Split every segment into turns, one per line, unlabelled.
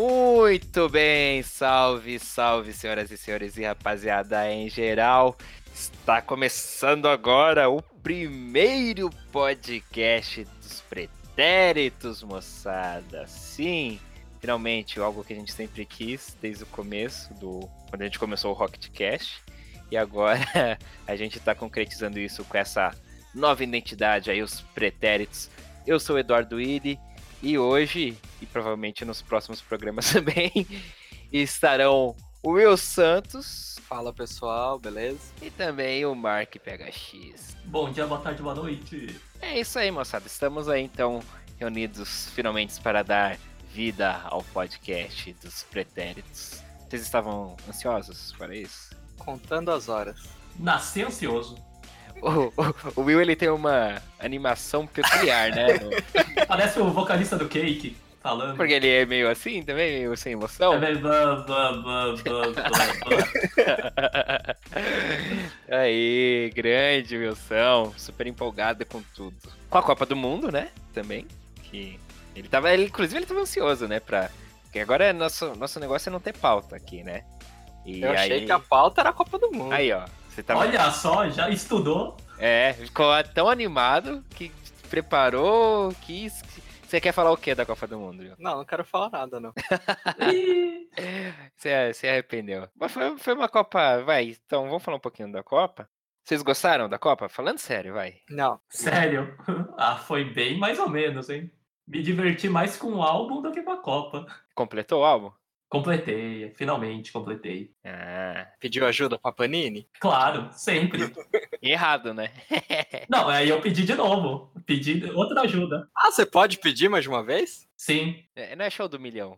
Muito bem, salve, salve, senhoras e senhores e rapaziada em geral. Está começando agora o primeiro podcast dos pretéritos, moçada. Sim, finalmente algo que a gente sempre quis desde o começo do quando a gente começou o Rocket Cash e agora a gente está concretizando isso com essa nova identidade aí os pretéritos. Eu sou o Eduardo Willi e hoje, e provavelmente nos próximos programas também, estarão o Will Santos.
Fala pessoal, beleza?
E também o Mark PHX.
Bom dia, boa tarde, boa noite.
É isso aí, moçada. Estamos aí então reunidos finalmente para dar vida ao podcast dos pretéritos. Vocês estavam ansiosos para isso?
Contando as horas.
Nasci ansioso.
O, o, o, Will ele tem uma animação peculiar, né?
Parece o vocalista do Cake falando.
Porque ele é meio assim também, meio sem emoção.
É meio blá, blá, blá, blá, blá.
Aí, grande Wilson, super empolgada com tudo. Com a Copa do Mundo, né? Também. Que ele tava, ele, inclusive ele tava ansioso, né? Pra... Porque agora é nosso, nosso negócio é não ter pauta aqui, né?
E Eu aí... achei que a pauta era a Copa do Mundo.
Aí, ó.
Tá... Olha só, já estudou.
É, ficou tão animado que preparou, quis. Você quer falar o que da Copa do Mundo? Viu?
Não, não quero falar nada, não.
você se arrependeu. Mas foi, foi uma Copa. Vai, então vamos falar um pouquinho da Copa. Vocês gostaram da Copa? Falando sério, vai.
Não.
Sério? Ah, foi bem mais ou menos, hein? Me diverti mais com o álbum do que com a Copa.
Completou o álbum?
Completei, finalmente completei.
Ah,
pediu ajuda pra Panini?
Claro, sempre.
Errado, né?
Não, aí eu pedi de novo. Pedi outra ajuda.
Ah, você pode pedir mais de uma vez?
Sim.
É, não é show do milhão.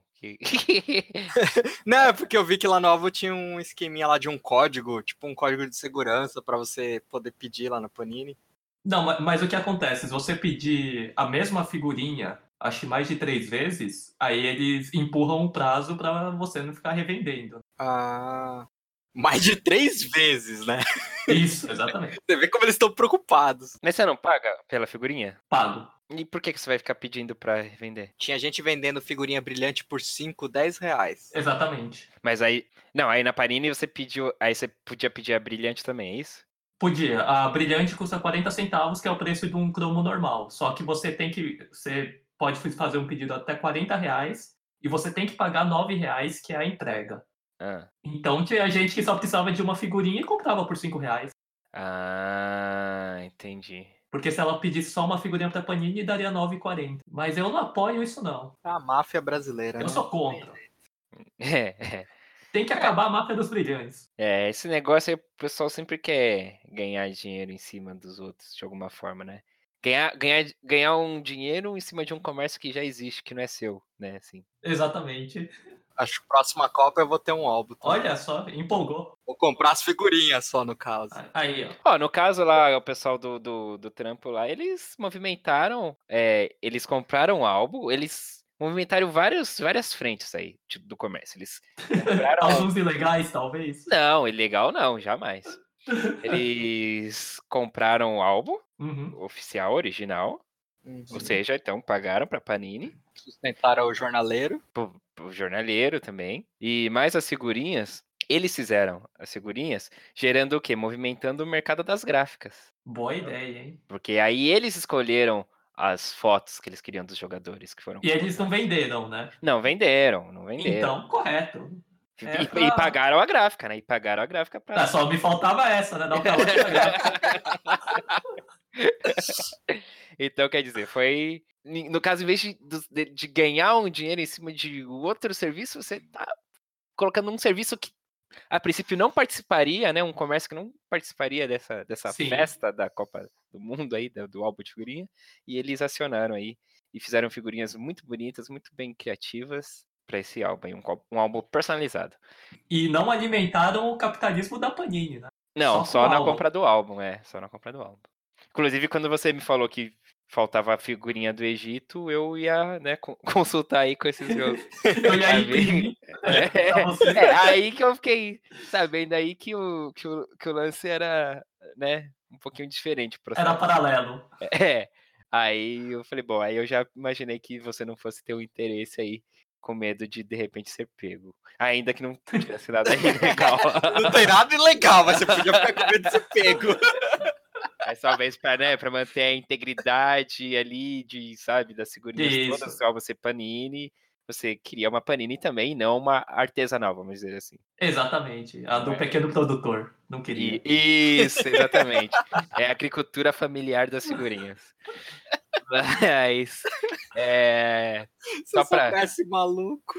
não, é porque eu vi que lá no Alvo tinha um esqueminha lá de um código, tipo um código de segurança para você poder pedir lá na Panini.
Não, mas, mas o que acontece? Se você pedir a mesma figurinha acho que mais de três vezes, aí eles empurram um prazo para você não ficar revendendo.
Ah. Mais de três vezes, né?
Isso, exatamente.
Você vê como eles estão preocupados.
Mas você não paga pela figurinha?
Pago.
E por que, que você vai ficar pedindo para revender?
Tinha gente vendendo figurinha brilhante por 5, 10 reais.
Exatamente.
Mas aí. Não, aí na Panini você pediu. Aí você podia pedir a brilhante também, é isso?
Podia. A brilhante custa 40 centavos, que é o preço de um cromo normal. Só que você tem que. Você pode fazer um pedido até 40 reais e você tem que pagar 9 reais, que é a entrega.
Ah.
Então tinha gente que só precisava de uma figurinha e comprava por 5 reais.
Ah, entendi.
Porque se ela pedisse só uma figurinha pra Panini, daria 9,40. Mas eu não apoio isso, não.
É A máfia brasileira.
Eu né? sou contra.
É.
Tem que acabar a máfia dos brilhantes.
É, esse negócio aí o pessoal sempre quer ganhar dinheiro em cima dos outros, de alguma forma, né? ganhar, ganhar, ganhar um dinheiro em cima de um comércio que já existe, que não é seu, né? Assim.
Exatamente.
Acho que próxima Copa eu vou ter um álbum.
Também. Olha só, empolgou.
Vou comprar as figurinhas só, no caso.
Aí, ó.
ó no caso lá, o pessoal do, do, do trampo lá, eles movimentaram, é, eles compraram um álbum, eles movimentaram vários, várias frentes aí tipo, do comércio. Eles
compraram... Alguns ilegais, talvez?
Não, ilegal não, jamais. Eles compraram o álbum
uhum.
oficial, original. Uhum. Ou seja, então pagaram pra Panini.
Sustentaram o jornaleiro.
O, o, jornaleiro também. E mais as figurinhas. Eles fizeram as figurinhas, gerando o quê? Movimentando o mercado das gráficas.
Boa ideia, hein?
Porque aí eles escolheram as fotos que eles queriam dos jogadores que foram.
E eles não venderam, né?
Não venderam, não venderam.
Então, correto.
É e, pra... e, pagaram a gráfica, né? E pagaram a gráfica pra.
Ah, só me faltava essa, né? Não falava
Então, quer dizer, foi. No caso, em vez de, de, de, ganhar um dinheiro em cima de outro serviço, você tá colocando um serviço que a princípio não participaria, né? Um comércio que não participaria dessa, dessa Sim. festa da Copa do Mundo aí, do, do álbum de figurinha. E eles acionaram aí e fizeram figurinhas muito bonitas, muito bem criativas para esse álbum, um, um, álbum personalizado.
E não alimentaram o capitalismo da Panini, né?
Não, só, só na álbum. compra do álbum, é, só na compra do álbum. Inclusive, quando você me falou que faltava a figurinha do Egito, eu ia, né, consultar aí com esses meus...
eu ia imprimir.
Tá É, é, aí que eu fiquei sabendo aí que o, que o, que o lance era, né, um pouquinho diferente.
Era paralelo.
É, aí eu falei, bom, aí eu já imaginei que você não fosse ter um interesse aí com medo de de repente ser pego. Ainda que não tivesse nada legal.
Não tem nada ilegal, mas você podia ficar com medo de ser pego.
Mas talvez para né, pra manter a integridade ali de, sabe, da segurança
Isso.
toda, só você panini. Você queria uma panini também, não uma artesanal, vamos dizer assim.
Exatamente. A do pequeno produtor. Não queria.
E- isso, exatamente. É a agricultura familiar das figurinhas. Mas. É.
Se
Só
só
pra-
soubesse, maluco.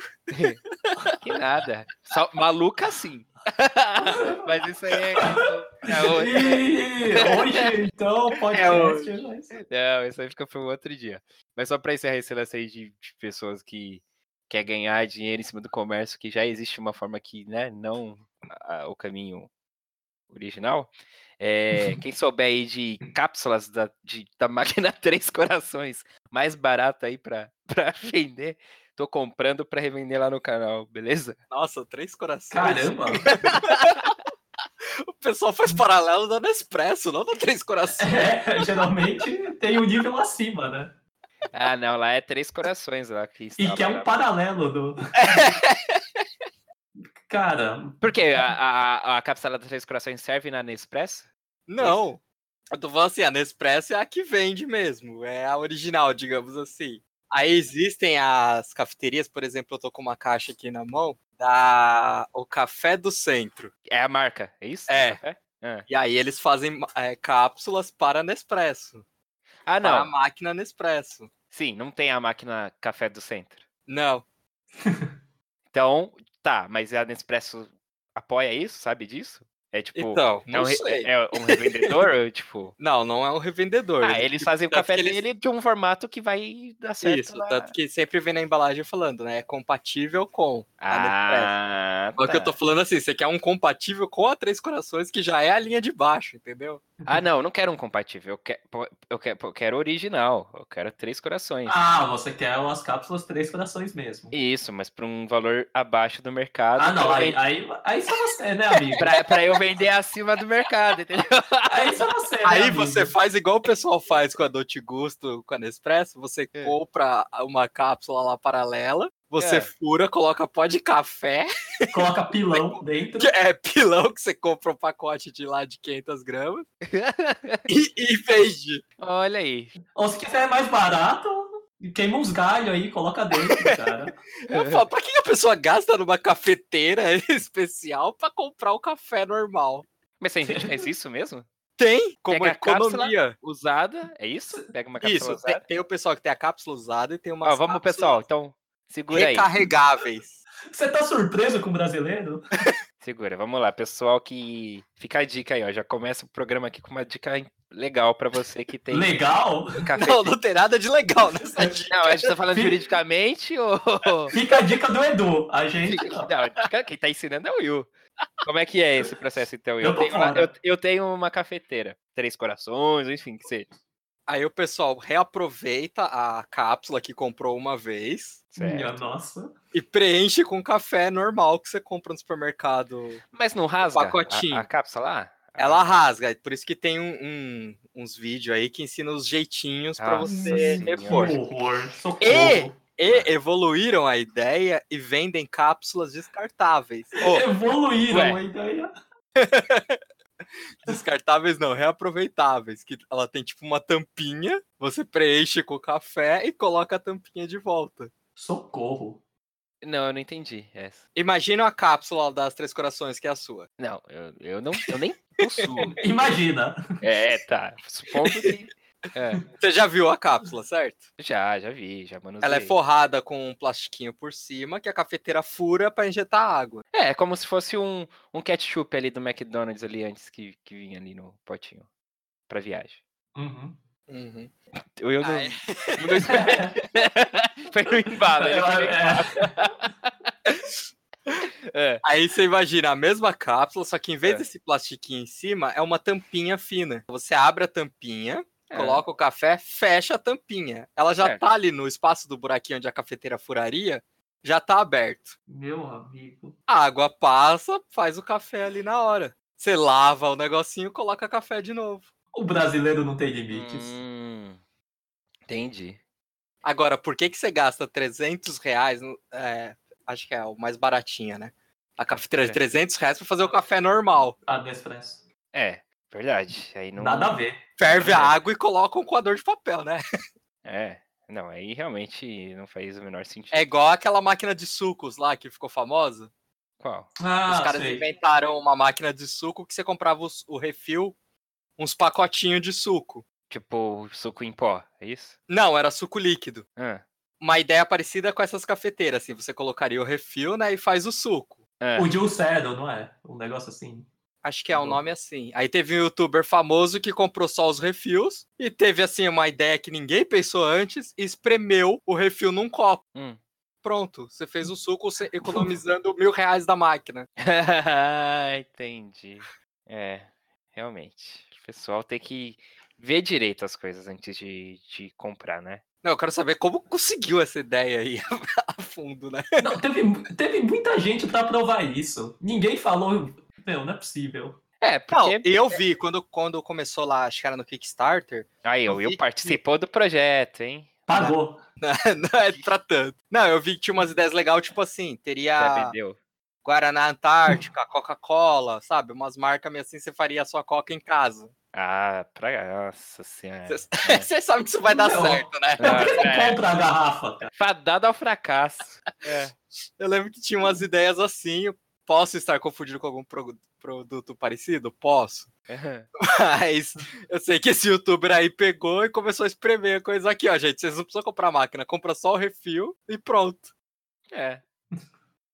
Que nada. Só- maluca sim. Mas isso aí é. é outra-
Ih, hoje, então, podcast. né, mas-
Não, isso aí fica para um outro dia. Mas só para encerrar esse lance aí de, de pessoas que quer ganhar dinheiro em cima do comércio, que já existe uma forma que, né, não a- a- o caminho original. É, quem souber aí de cápsulas da, de- da máquina Três Corações, mais barata aí para vender, tô comprando para revender lá no canal, beleza?
Nossa, três corações.
Caramba!
O pessoal faz paralelo da Nespresso, não da Três Corações.
É, geralmente tem um nível acima, né?
Ah, não, lá é Três Corações lá que
E
instala
que é
lá.
um paralelo do. Cara,
Porque a, a, a cápsula da Três Corações serve na Nespresso?
Não. Eu tô falando assim, a Nespresso é a que vende mesmo, é a original, digamos assim. Aí existem as cafeterias, por exemplo, eu tô com uma caixa aqui na mão, da O Café do Centro.
É a marca, é isso?
É.
Café? Ah.
E aí eles fazem é, cápsulas para Nespresso,
Ah,
para a
não.
máquina Nespresso.
Sim, não tem a máquina café do centro.
Não,
Então, tá, mas a Nespresso apoia isso, sabe disso? É tipo.
então,
é, um
não
re-
sei.
é um revendedor, tipo.
Não, não é um revendedor.
Ah, é eles tá fazem o
tanto
café
que eles-
dele de um formato que vai dar certo.
Isso,
lá.
tanto que sempre vem na embalagem falando, né, é compatível com a Nespresso.
Ah,
Só que eu
tá.
tô falando assim, você quer um compatível com a Três Corações, que já é a linha de baixo, entendeu?
ah, não, eu não quero um compatível. Eu quero, eu quero, eu quero original. Eu quero três corações.
ah, você quer umas cápsulas três corações mesmo.
Isso, mas por um valor abaixo do mercado. pra
Ah,
eu
não, aí,
vender-
aí, aí só você, né, amigo?
pra, pra eu vender acima do mercado, entendeu?
Aí só você,
É,
né,
Aí
amigo?
você faz igual o pessoal faz com a Dolce Gusto, com a Nespresso, você
É.
compra uma cápsula lá paralela, você
É.
fura, coloca pó de café,
Coloca pilão dentro.
que é pilão, que você compra um pacote de lá de 500 gramas, e, e vende.
Olha aí.
Ou se quiser mais barato, queima uns galhos aí, coloca dentro, cara.
Eu falo, pra que que a pessoa gasta numa cafeteira especial pra comprar o café normal?
Mas tem gente que faz isso mesmo?
Tem, como
Pega a cápsula,
economia.
Usada? É isso? Pega uma cápsula
Isso, tem,
usada.
tem o pessoal que tem a cápsula usada e tem uma
Ó, vamos, pessoal. Então, segura aí.
recarregáveis.
Você tá surpreso com o brasileiro?
Segura. Vamos lá, pessoal que. Fica a dica aí, ó. Já começa o programa aqui com uma dica in- legal pra você que tem
Legal.
café.
Não, não tem nada de legal nessa dica.
Não, a gente tá falando juridicamente ou.
Fica a dica do Edu. A gente não.
Não, dica- quem tá ensinando é o Will. Como é que é esse processo, então? Will?
Eu tô
tenho uma,
fora.
eu- eu tenho uma cafeteira. Três corações, enfim, que seja.
Aí o pessoal reaproveita a cápsula que comprou uma vez
Certo.
Minha nossa.
e preenche com café normal que você compra no supermercado.
Mas não rasga a-
pacotinho.
a, cápsula lá?
Ela rasga, por isso que tem um- um- uns vídeos aí que ensina os jeitinhos pra
Nossa
você
senhora.
Que
repor.
horror. Socorro.
E- E evoluíram a ideia e vendem cápsulas descartáveis. Ô,
Evoluíram
Ué.
a ideia.
descartáveis não, reaproveitáveis, que ela tem tipo uma tampinha, você preenche com café e coloca a tampinha de volta.
Socorro.
Não, eu não entendi essa.
Imagina a cápsula das Três Corações que é a sua.
Não, eu, eu não, eu nem possuo.
Imagina.
é, tá. Supondo que. é,
Você já viu a cápsula, certo?
já, já vi, já manusei.
Ela é forrada com um plastiquinho por cima que a cafeteira fura pra injetar água.
É, é como se fosse um, um ketchup ali do McDonald's ali antes que, que vinha ali no potinho. Pra viagem.
Uhum.
Uhum.
Eu, eu não.
Ah, é.
eu não espe- Foi no embalo. ele foi meio-
É,
É,
Aí você imagina a mesma cápsula, só que em vez
É.
desse plastiquinho em cima, é uma tampinha fina. Você abre a tampinha,
é.
coloca o café, fecha a tampinha. Ela já
Certo.
tá ali no espaço do buraquinho onde a cafeteira furaria, já tá aberto.
Meu amigo.
A água passa, faz o café ali na hora. Você lava o negocinho, coloca café de novo.
O brasileiro não tem limites.
Hum, é. entendi.
Agora, por que, que você gasta 300 reais? no- é, acho que é o mais baratinho, né? A cafeteira de
É.
300 reais pra fazer o café normal.
A Nespresso.
É, verdade. Aí não.
Nada a ver.
Ferve a
É.
água e coloca um coador de papel, né?
É. Não, aí realmente não faz o menor sentido.
É igual aquela máquina de sucos lá que ficou famosa.
Qual?
Ah,
Os caras
sei.
inventaram uma máquina de suco que você comprava os- o refil, uns pacotinhos de suco.
Tipo, suco em pó, é isso?
Não, era suco líquido.
Ah,
Uma ideia parecida com essas cafeteiras, assim, você colocaria o refil, né, e faz o suco.
ah,
O Jill Saddle, não é? Um negócio assim.
Acho que é um
Bom.
nome assim. Aí teve um youtuber famoso que comprou só os refils e teve assim uma ideia que ninguém pensou antes e espremeu o refil num copo.
hum.
Pronto, você fez o suco você economizando mil reais da máquina.
Entendi. É, realmente. O pessoal tem que ver direito as coisas antes de, de comprar, né?
Não, eu quero saber como conseguiu essa ideia aí a fundo, né?
Não, teve, teve muita gente pra provar isso. Ninguém falou. Meu, não é possível.
É,
Não,
porque.
eu vi quando, quando começou lá, acho que era no Kickstarter.
Aí,
eu
Ah, eu,
vi que-
eu participou do projeto, hein?
Pagou.
Não é pra tanto. Não, eu vi que tinha umas ideias legais, tipo assim,
Já
teria
bebeu?
Guaraná Antártica, Coca-Cola, sabe? Umas marcas meio assim, você faria a sua Coca em casa.
Ah, pra. Nossa senhora.
Cês- Você sabe que isso vai dar
Não.
certo, né?
Não, por que
é.
não compra a garrafa, cara?
Fadado ao fracasso.
Eu lembro que tinha umas ideias assim. eu Posso estar confundido com algum pro- produto parecido? Posso. Mas eu sei que esse youtuber aí pegou e começou a espremer a coisa aqui, ó, gente. Vocês não precisam comprar máquina, compra só o refil e pronto.
é.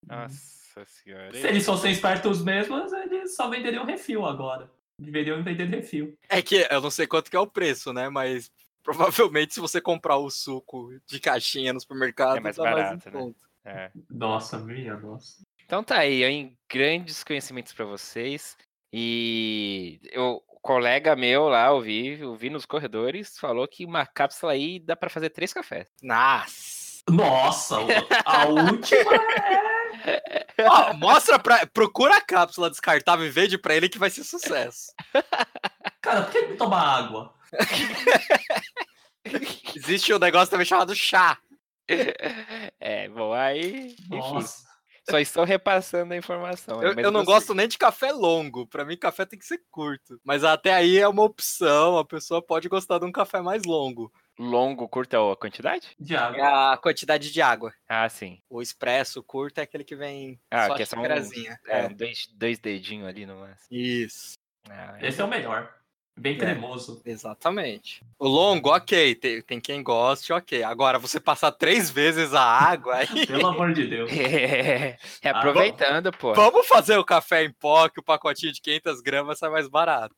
Nossa senhora.
Se eles fossem espertos mesmos, eles só venderiam refil agora. Deveriam vender refil.
É que eu não sei quanto que é o preço, né? Mas provavelmente se você comprar o suco de caixinha no supermercado,
É mais
dá
barato,
em
né?
conta.
É.
Nossa, minha nossa.
Então tá aí, em grandes conhecimentos pra vocês. E eu, o colega meu lá, eu vi, eu vi nos corredores, falou que uma cápsula aí dá pra fazer três cafés.
Nossa!
Nossa, a última é.
Ó, mostra pra. Procura a cápsula descartável e vende pra ele que vai ser sucesso.
Cara, por que não tomar água?
Existe um negócio também chamado chá.
É, bom, aí. Enfim,
Nossa.
só estou repassando a informação. é,
Eu,
mas
eu não
gostei.
gosto nem de café longo. Pra mim, café tem que ser curto. Mas até aí é uma opção. A pessoa pode gostar de um café mais longo.
Longo, curto é a quantidade?
De água.
É a quantidade de água.
Ah, sim.
O expresso curto é aquele que vem
Ah,
só
que
a
é só um-
xicarazinha.
É, Dois, dois dedinhos ali no lance.
Isso.
Ah, é.
Esse é o melhor. Bem
É.
cremoso.
Exatamente. O longo, ok. Tem, tem quem goste, ok. Agora, você passar três vezes a água, aí.
Pelo amor de Deus.
É, aproveitando, pô.
Vamos fazer o café em pó, que o pacotinho de 500 gramas sai mais barato.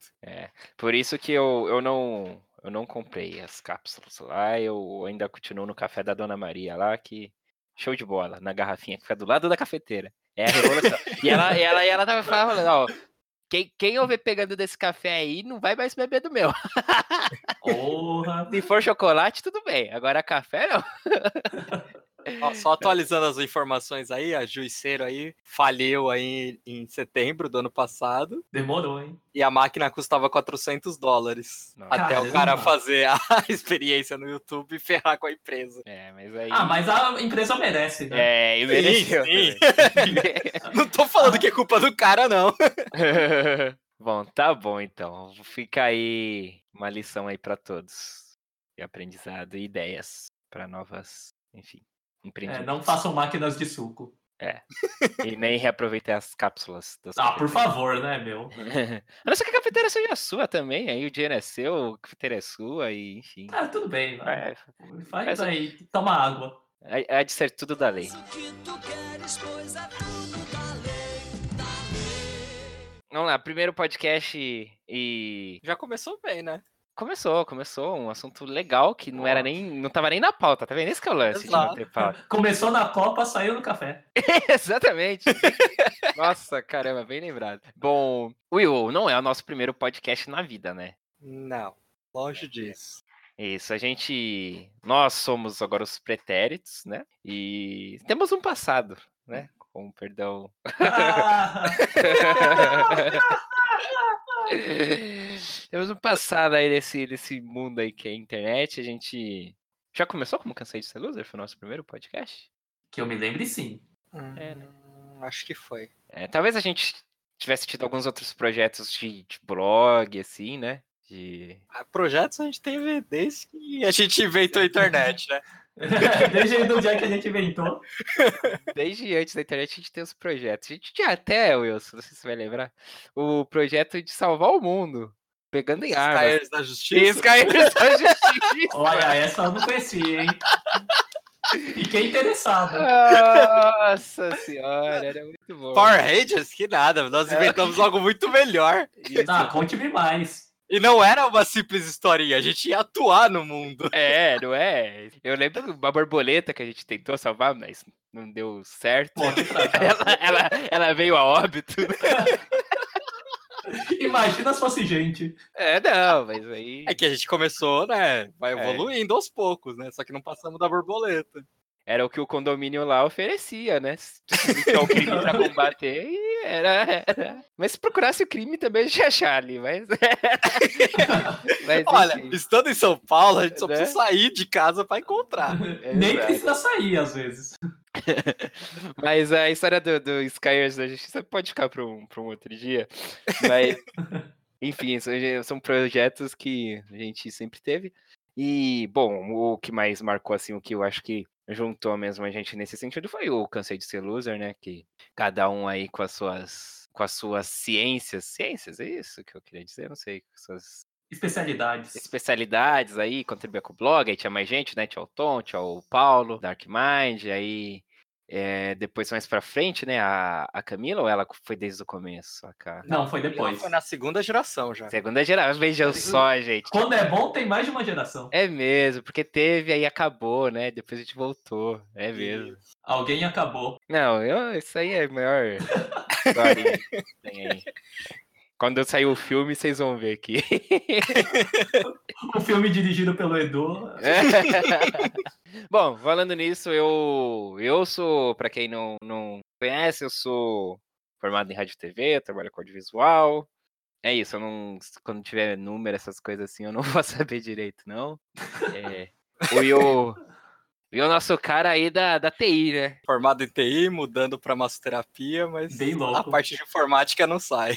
Por isso que eu, eu não eu não comprei as cápsulas lá, eu ainda continuo no café da Dona Maria lá, que show de bola, na garrafinha que fica do lado da cafeteira. É a revolução. e ela, e ela, e ela tava falando, ó, quem, quem eu ver pegando desse café aí não vai mais beber do meu.
Porra.
Se for chocolate, tudo bem. Agora café não.
Ó, só atualizando as informações aí, a Juiceiro aí faliu aí em setembro do ano passado
Demorou, hein?
e a máquina custava 400 dólares.
Nossa.
Até o cara
Caramba.
fazer a experiência no YouTube e ferrar com a empresa.
É, mas aí.
Ah, mas a empresa merece, né? É,
É, e mereceu.
sim.
também.
Não tô falando que é culpa do cara, não.
bom, tá bom então. Fica aí uma lição aí pra todos. De aprendizado e ideias pra novas, enfim,
É,
empreendimentos.
não façam máquinas de suco.
E nem reaproveitar as cápsulas das
Ah, por
cafeteiras.
favor, né, meu?
a não ser que a cafeteira seja sua também, aí o dinheiro é seu, a cafeteira é sua e enfim.
Ah, tudo bem. vai.
É,
Faz
Mas-
aí. Toma água.
há há de ser tudo da lei.
Isso que tu queres, pois é tudo da lei, da lei.
Vamos lá, primeiro podcast e
Já começou bem, né?
começou, começou um assunto legal que não era nem, não tava nem na pauta, tá vendo? Esse que é o lance de não
Exato.
ter pauta.
Começou na Copa, saiu no café.
Exatamente. bem- Nossa, caramba, bem lembrado. Bom, Will, não é o nosso primeiro podcast na vida, né?
Não, longe disso.
Isso, a gente. Nós somos agora os pretéritos, né? E temos um passado, né? Com perdão.
Ah,
temos um passado aí nesse, nesse mundo aí que é a internet. A gente Já começou como Cansei de Ser Loser? Foi o nosso primeiro podcast?
Que eu me lembre, sim.
É, né?
Hum, Acho que foi.
É, talvez a gente tivesse tido alguns outros projetos de, de blog, assim, né? De...
Ah, Projetos a gente teve desde que a gente inventou a internet, né?
Desde o dia que a gente inventou.
Desde antes da internet a gente tem os projetos. A gente tinha até, Wilson, não sei se você vai lembrar, o projeto de salvar o mundo, pegando em armas.
Caíros da Justiça.
Skyrim da justiça.
Olha, essa eu não conhecia, hein? Fiquei interessado.
Nossa senhora, era muito bom.
Power Rangers? Que nada, nós inventamos algo muito melhor.
Isso.
Ah, conte-me mais.
E não era uma simples historinha, a gente ia atuar no mundo.
É, não é? Eu lembro de uma borboleta que a gente tentou salvar, mas não deu certo.
Pô, que fracasso.
Ela, ela, ela veio a óbito.
Imagina se fosse gente.
É, não, mas aí.
É que a gente começou, né? Vai
É.
evoluindo aos poucos, né? Só que não passamos da borboleta.
Era o que o condomínio lá oferecia, né? Então o crime pra combater e era, era- Mas se procurasse o crime também a gente ia achar ali, mas. é. mas
Olha,
enfim,
estando em São Paulo, a gente só
Né?
precisa sair de casa pra encontrar.
Nem
exato.
precisa sair, às vezes.
Mas a história do, do Skyers da Justiça pode ficar para um, pra um outro dia. Mas, enfim, são, são projetos que a gente sempre teve. E, bom, o que mais marcou, assim, o que eu acho que juntou mesmo a gente nesse sentido foi o Cansei de Ser Loser, né? Que cada um aí com as suas, com as suas ciências. Ciências, é isso que eu queria dizer? Não sei. com Suas
Especialidades.
especialidades aí, contribuía com o blog, aí tinha mais gente, né? Tinha o Tom, tinha o Paulo, Dark Mind, aí eh, depois mais pra frente, né? A, a Camila ou ela foi desde o começo? A Ca-
Não, foi depois.
Foi na segunda geração já.
Segunda geração, vejam só, gente.
Quando é bom, tem mais de uma geração.
É mesmo, porque teve, aí acabou, né? Depois a gente voltou. É mesmo.
Alguém acabou.
Não, eu- isso aí é a maior historinha que tem aí. Quando sair o filme, vocês vão ver aqui.
O Um filme dirigido pelo Edu.
É. Bom, falando nisso, eu eu sou, pra quem não, não conhece, eu sou formado em rádio e TV, eu trabalho com audiovisual. É isso, eu não, quando tiver número, essas coisas assim, eu não vou saber direito, não. É, o Yo, e o nosso cara aí da, da TI, né?
Formado em TI, mudando pra massoterapia, mas
Bem
um
louco.
a parte de informática não sai.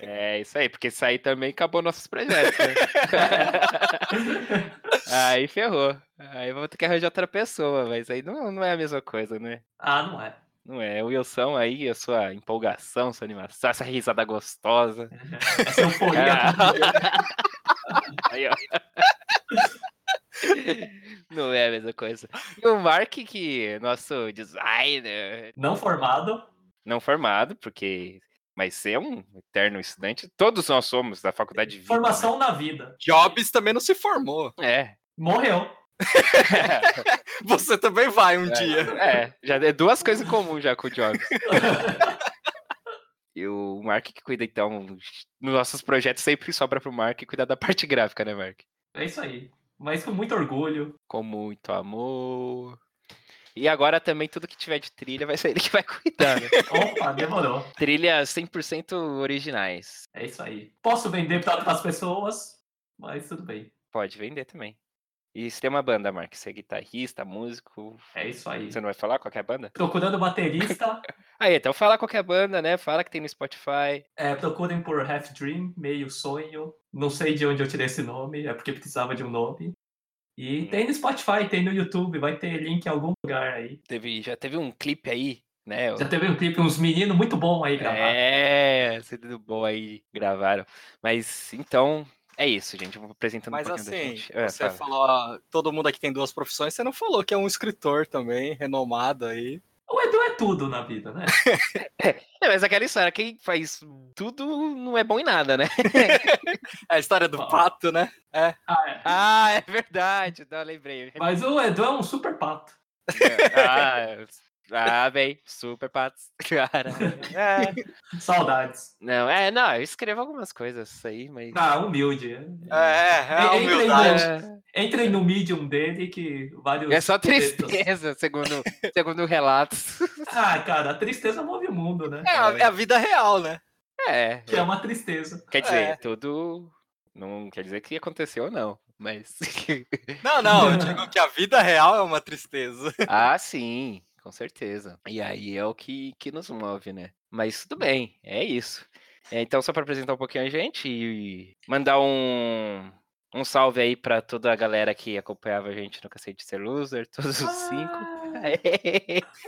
É isso aí, porque isso aí também acabou nossos projetos. né? aí ferrou. Aí eu vou ter que arranjar outra pessoa, mas aí não, não é a mesma coisa, né?
Ah, não é.
Não é, o Wilson aí, a sua empolgação, sua animação, essa risada gostosa.
Essa euforia.
Aí, ó. Não é a mesma coisa. E o Mark, que é nosso designer,
Não formado.
não formado, porque. Mas você é um eterno estudante. Todos nós somos da faculdade de vida, né?
Formação na vida.
Jobs também não se formou.
É.
Morreu.
Você também vai um
É,
dia.
É, já é duas coisas em comum já com o Jobs. E o Mark que cuida, então. Nos nossos projetos sempre sobra pro Mark cuidar da parte gráfica, né, Mark?
É isso aí. Mas com muito orgulho.
com muito amor. E agora também tudo que tiver de trilha vai ser ele que vai cuidar, né?
Opa, demorou.
Trilhas 100% originais.
É isso aí. Posso vender para outras pessoas, mas tudo bem.
Pode vender também. E se tem uma banda, Mark, você é guitarrista,
Uhum.
músico,
É isso aí.
você não vai falar qualquer banda?
Procurando baterista,
Aí, então fala qualquer banda, né? Fala que tem no Spotify.
é, procurem por Half Dream, Meio Sonho. Não sei de onde eu tirei esse nome, é porque precisava de um nome. E tem no Spotify, tem no YouTube, vai ter link em algum lugar aí.
Teve, já teve um clipe aí, né?
Já teve um clipe, uns meninos muito bom aí gravado.
É, CD do bom aí, gravaram. Mas então, é isso, gente. Eu vou apresentando
Mas
um pouquinho da
assim,
gente. Ah,
você
fala.
falou, ó, todo mundo aqui tem duas profissões, você não falou que é um escritor também, renomado aí.
O Edu é tudo na vida, né?
É, mas aquela história, quem faz tudo não é bom em nada, né?
É a história do
Ó.
pato, né?
Ah, é.
Ah, é verdade. Não, lembrei.
Mas o Edu é um super pato.
ah, ah, bem, super patos. Cara. É.
Saudades.
Não, é, não, eu escrevo algumas coisas aí, mas.
Ah, humilde.
É, é a
Entrei
humildade.
Entrem no Medium dele que vale os
É, é só
podetos.
tristeza, segundo, segundo relatos.
Ah, cara, a tristeza move o mundo, né?
É a, é a vida real, né?
É.
Que é uma tristeza.
Quer dizer,
É.
tudo. Não quer dizer que aconteceu, não. mas.
Não, não, eu digo que a vida real é uma tristeza.
ah, sim, com certeza. E aí é o que, que nos move, né? Mas tudo bem, é isso. É, então, só para apresentar um pouquinho a gente e mandar um, um salve aí para toda a galera que acompanhava a gente no Cacete de Ser Loser, todos os
Ah!
cinco.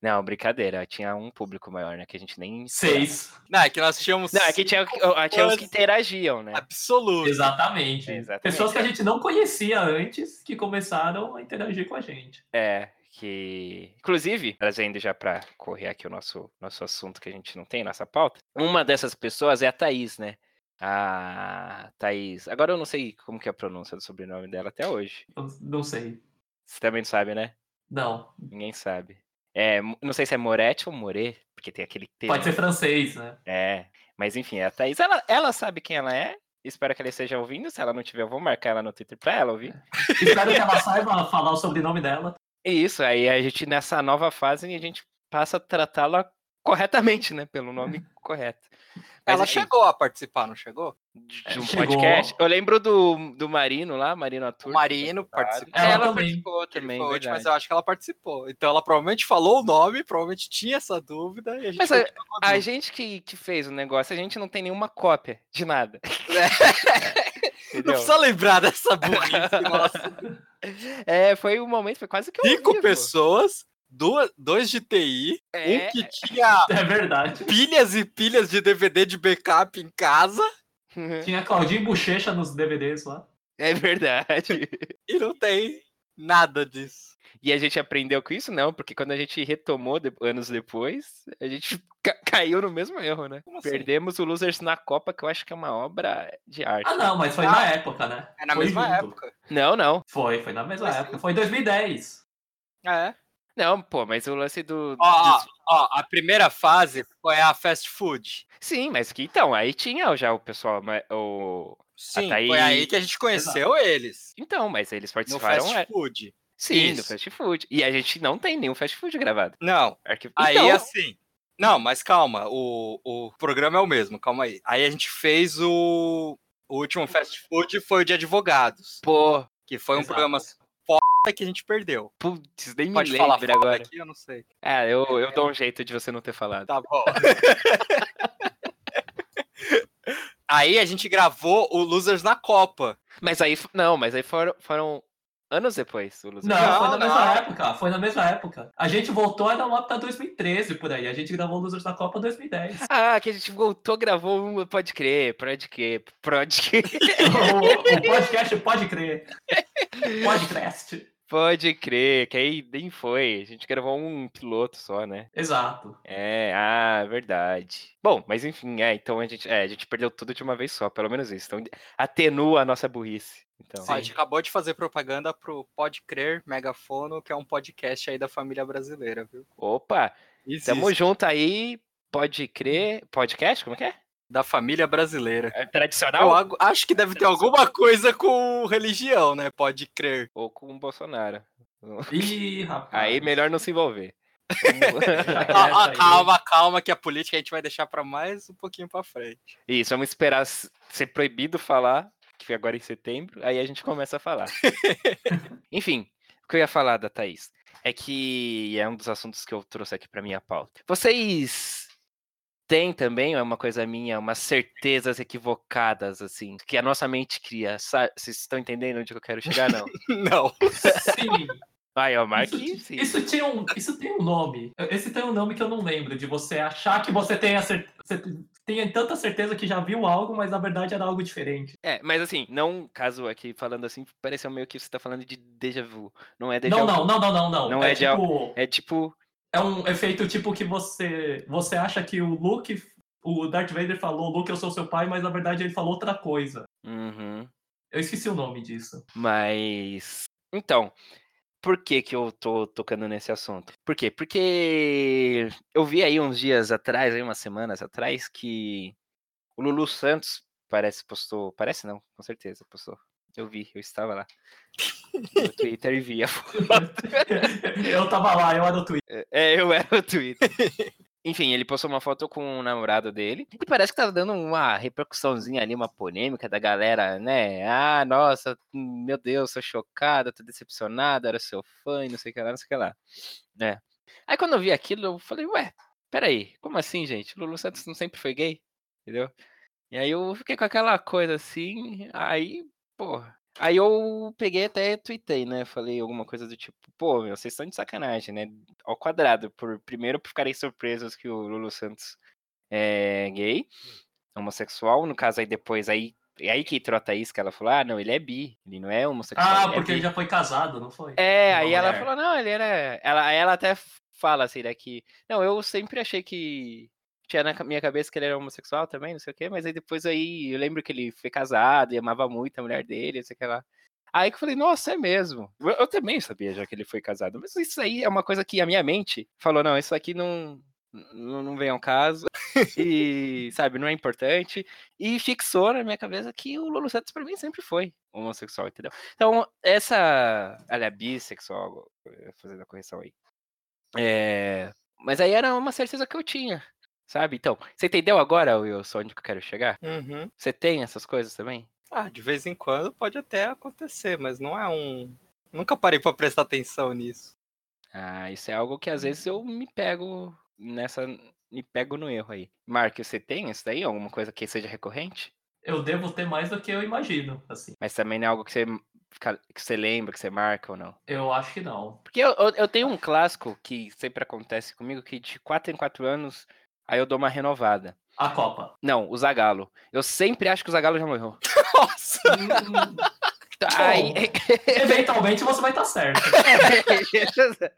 Não, brincadeira, tinha um público maior, né? Que a gente nem.
Seis.
Não, é que nós tínhamos
Não, aqui tinha, o que- ó, tinha os que
fãs.
interagiam, né?
absoluto.
Exatamente.
É, exatamente.
Pessoas que a gente não conhecia antes que começaram a interagir com a gente.
É, que. Inclusive, trazendo já pra correr aqui o nosso, nosso assunto que a gente não tem, nossa pauta, uma dessas pessoas é a Thaís, né? A Thaís. Agora eu não sei como que é a pronúncia do sobrenome dela até hoje.
Eu não sei.
Você também não sabe, né?
Não.
Ninguém sabe. É, mo- não sei se é Moretti ou More, porque tem aquele T.
Pode
né?
ser francês, né?
É. Mas enfim, é a Thaís. Ela, ela sabe quem ela é. Espero que ela esteja ouvindo. Se ela não tiver, eu vou marcar ela no Twitter pra ela ouvir.
Espero que ela saiba falar o sobrenome dela.
É Isso, aí a gente nessa nova fase a gente passa a tratá-la corretamente, né? Pelo nome correto. Mas,
Ela
enfim,
chegou a participar, não chegou?
de de um
Chegou.
podcast. Eu lembro do, do Marino lá, Marino Atur.
O Marino participou.
Ela
Ela,
também.
participou
Ele
também,
foi o último, mas
verdade.
eu acho que ela participou. Então ela provavelmente falou o nome, provavelmente tinha essa dúvida. E a gente
Mas a,
continuou com a
a
dúvida.
gente que, que fez o negócio, a gente não tem nenhuma cópia de nada.
não
Entendeu?
precisa lembrar dessa burrice. nossa.
É, foi um momento, foi quase que um
Cinco
livro.
pessoas, duas, dois de TI,
É,
um que tinha
É verdade.
pilhas e pilhas de DVD de backup em casa
Tinha Claudinho Bochecha nos DVDs lá.
é verdade.
e não tem nada disso.
E a gente aprendeu com isso? Não, porque quando a gente retomou de- anos depois, a gente ca- caiu no mesmo erro, né?
Como assim?
Perdemos o Losers na Copa, que eu acho que é uma obra de arte.
Ah, não, mas foi
Ah,
na época, né?
É na
Foi
mesma
junto.
época.
Não, não.
Foi, foi na mesma
Mas sim.
época. Foi em 2010.
É.
Não, pô, mas o lance do.
Ó, ó,
dos-
ó, a primeira fase foi a fast food.
Sim, mas que então, aí tinha já o pessoal. ma- O...
Sim,
Thaís-
foi aí que a gente conheceu eles.
Então, mas eles
No
participaram.
fast
é-
food.
Sim, do
Isso.
fast food. E a gente não tem nenhum fast food gravado.
Não,
Arquivo...
aí
então,
assim. Não, mas calma, o, o programa é o mesmo, calma aí. Aí a gente fez o. O último fast food foi o de advogados,
pô,
que foi um
Exato.
programa que a gente perdeu.
putz, nem
Pode
me
falar É.
lembro
foda
agora.
aqui, eu não sei.
Ah, eu, eu dou um jeito de você não ter falado.
Tá bom. Aí a gente gravou o Losers na Copa.
Mas aí, f- não, mas aí foram, foram anos depois o Losers.
Não,
Não,
foi na
não.
mesma época. Foi na mesma época. A gente voltou era lá pra 2013 por aí. A gente gravou Losers da Copa 2010.
Ah, que a gente voltou, gravou um. Pode crer, pode crer, pode crer.
o, o podcast Pode Crer. Podcast.
Pode crer, que aí nem foi. A gente gravou um piloto só, né?
Exato.
É, ah, verdade. Bom, mas enfim, é, então a gente, é, a gente perdeu tudo de uma vez só, pelo menos isso. Então atenua a nossa burrice. Então,
Ó, a gente acabou de fazer propaganda pro Pode Crer Megafono, que é um podcast aí da família brasileira, viu?
opa,
Isso.
tamo junto aí. Pode crer. Podcast? Como é que é?
Da família brasileira.
É
Eu
tradicional?
ago- acho que deve ter alguma coisa com religião, né? Pode crer.
Ou com o Bolsonaro?
Ih, rapaz.
Aí melhor não se envolver. Vamos-
Já
Ah, ah,
começa aí.
calma, calma, que a política a gente vai deixar pra mais um pouquinho pra frente.
Isso, vamos esperar s- ser proibido falar, que agora em setembro, aí a gente começa a falar. Enfim, o que eu ia falar da Thaís é que é um dos assuntos que eu trouxe aqui para minha pauta. Vocês têm também, é uma coisa minha, umas certezas equivocadas, assim, que a nossa mente cria. sa- Vocês estão entendendo onde que eu quero chegar, não?
Não.
Sim.
Vai, ó, Mark.
Isso,
sim.
isso tinha um, isso tem um nome. Esse tem um nome que eu não lembro, de você achar que você tenha, cer- você tenha tanta certeza que já viu algo, mas na verdade era algo diferente.
É, mas assim, não, caso aqui falando assim, pareceu meio que você tá falando de déjà vu. Não é déjà vu.
Não, não, não, não, não, não.
Não é de
tipo,
É tipo,
é um efeito tipo que você você acha que o Luke, o Darth Vader falou, Luke, eu sou seu pai, mas na verdade ele falou outra coisa.
uhum.
Eu esqueci o nome disso.
Mas. Então, por que que eu tô tocando nesse assunto? Por quê? Porque eu vi aí uns dias atrás, aí umas semanas atrás, que o Lulu Santos parece postou. Parece não, com certeza postou. Eu vi, eu estava lá. No Twitter e vi a foto.
eu tava lá, eu era o Twitter.
É, eu era o Twitter. Enfim, ele postou uma foto com o namorado dele. E parece que tá dando uma repercussãozinha ali, uma polêmica da galera, né? Ah, nossa, meu Deus, sou chocada, tô decepcionada, era seu fã e não sei o que lá, não sei o que lá. Né? Aí quando eu vi aquilo, eu falei, ué, peraí, como assim, gente? Lulu Santos não sempre foi gay? Entendeu? E aí eu fiquei com aquela coisa assim, aí, porra. Aí eu peguei até tuitei, né? Falei alguma coisa do tipo, pô, meu, vocês estão de sacanagem, né? Ao quadrado, por primeiro por ficarem surpresos que o Lulu Santos é gay, homossexual, no caso aí depois aí e aí que entrou a Thaís, que ela falou, ah, não, ele é bi, ele não é homossexual.
Ah,
ele é
porque
bi."
ele já foi casado, não foi?
É,
Uma
aí ela
mulher.
falou, não, ele era. Ela, aí ela até fala assim, né, que. Não, eu sempre achei que. Tinha na ca- minha cabeça que ele era homossexual também, não sei o quê, mas aí depois aí eu lembro que ele foi casado e amava muito a mulher dele, não sei o que lá. Aí que eu falei, nossa, é mesmo. Eu, eu também sabia já que ele foi casado, mas isso aí é uma coisa que a minha mente falou, não, isso aqui não. Não, não vem ao caso, e sabe, não é importante. E fixou na minha cabeça que o Lulu Santos pra mim sempre foi homossexual, entendeu? Então, essa. Ela é bissexual, eh, fazendo a correção aí. É, Mas aí era uma certeza que eu tinha, sabe? Então, você entendeu agora, Wilson, onde que eu quero chegar?
Uhum.
Você tem essas coisas também?
Ah, de vez em quando pode até acontecer, mas não é um. Nunca parei pra prestar atenção nisso.
Ah, isso é algo que às vezes eu me pego nessa. Me pego no erro aí. Mark, você tem isso daí? Alguma coisa que seja recorrente?
Eu devo ter mais do que eu imagino, assim.
Mas também não é algo que você, fica- que você lembra, que você marca ou não?
Eu acho que não.
Porque eu, eu- eu tenho um clássico que sempre acontece comigo, que de 4 em 4 anos, aí eu dou uma renovada.
A Copa.
Não, o Zagalo. Eu sempre acho que o Zagalo já morreu.
Nossa!
Hum,
Ai,
Eventualmente você vai estar certo.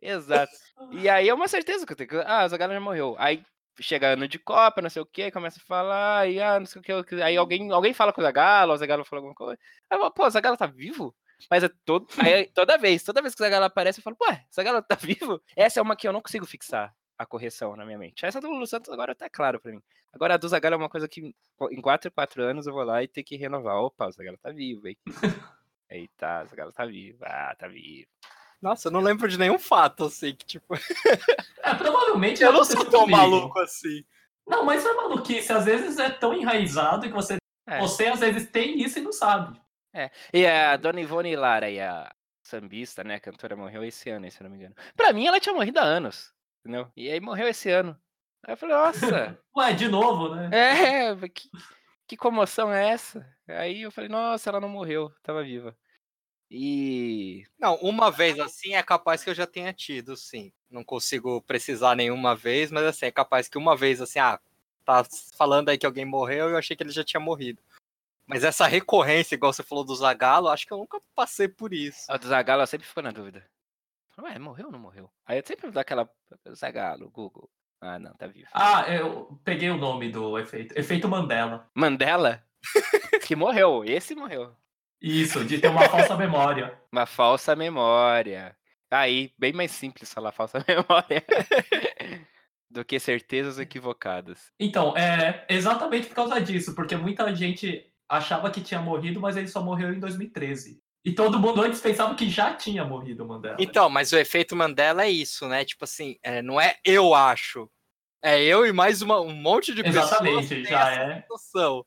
Exato. E aí é uma certeza que eu tenho. que- Ah, o Zagalo já morreu. Aí chega ano de Copa, não sei o que, começa a falar, e ah, não sei o que. Aí alguém, alguém fala com o Zagalo, o Zagalo fala alguma coisa. Aí eu falo, pô, o Zagalo tá vivo? Mas é todo, aí, toda vez, toda vez que o Zagalo aparece, eu falo, ué, o Zagalo tá vivo? Essa é uma que eu não consigo fixar a correção na minha mente. Essa do Lulu Santos agora tá claro pra mim. Agora a do Zagalo é uma coisa que em 4 4 anos eu vou lá e ter que renovar. Opa, o Zagalo tá vivo, hein? Eita, o Zagalo tá vivo. Ah, tá vivo.
Nossa, eu não lembro de nenhum fato assim que, tipo.
É, provavelmente
Eu
já
não
aconteceu
sou tão
comigo.
maluco assim.
Não, mas isso é maluquice. Às vezes é tão enraizado que você,
É.
você às vezes tem isso e não sabe.
E a Dona Ivone Lara, e a sambista, né, a cantora, morreu esse ano, se eu não me engano. Pra mim, ela tinha morrido há anos, entendeu? E aí morreu esse ano. Aí eu falei, nossa,
Ué, de novo, né?
é, que, que comoção é essa? Aí eu falei, nossa, ela não morreu, tava viva. E
Não, uma vez assim é capaz que eu já tenha tido, sim. Não consigo precisar nenhuma vez, mas assim, é capaz que uma vez assim, ah, tá falando aí que alguém morreu e eu achei que ele já tinha morrido. Mas essa recorrência, igual você falou do Zagalo, acho que eu nunca passei por isso.
a do Zagalo ela sempre ficou na dúvida. Ué, morreu ou não morreu? Aí eu sempre dou aquela, Zagalo, Google. Ah, não, tá vivo.
Ah, eu peguei o nome do efeito. Efeito Mandela.
Mandela? que morreu, esse morreu.
Isso, de ter uma falsa memória.
Uma falsa memória. Aí, bem mais simples falar falsa memória do que certezas equivocadas.
Então, é exatamente por causa disso, porque muita gente achava que tinha morrido, mas ele só morreu em 2013. E todo mundo antes pensava que já tinha morrido o Mandela.
Então, mas o efeito Mandela é isso, né? Tipo assim, é, não é eu acho. É eu e mais uma- um monte de pessoas. que
exatamente,
tem
já
essa
é,
noção.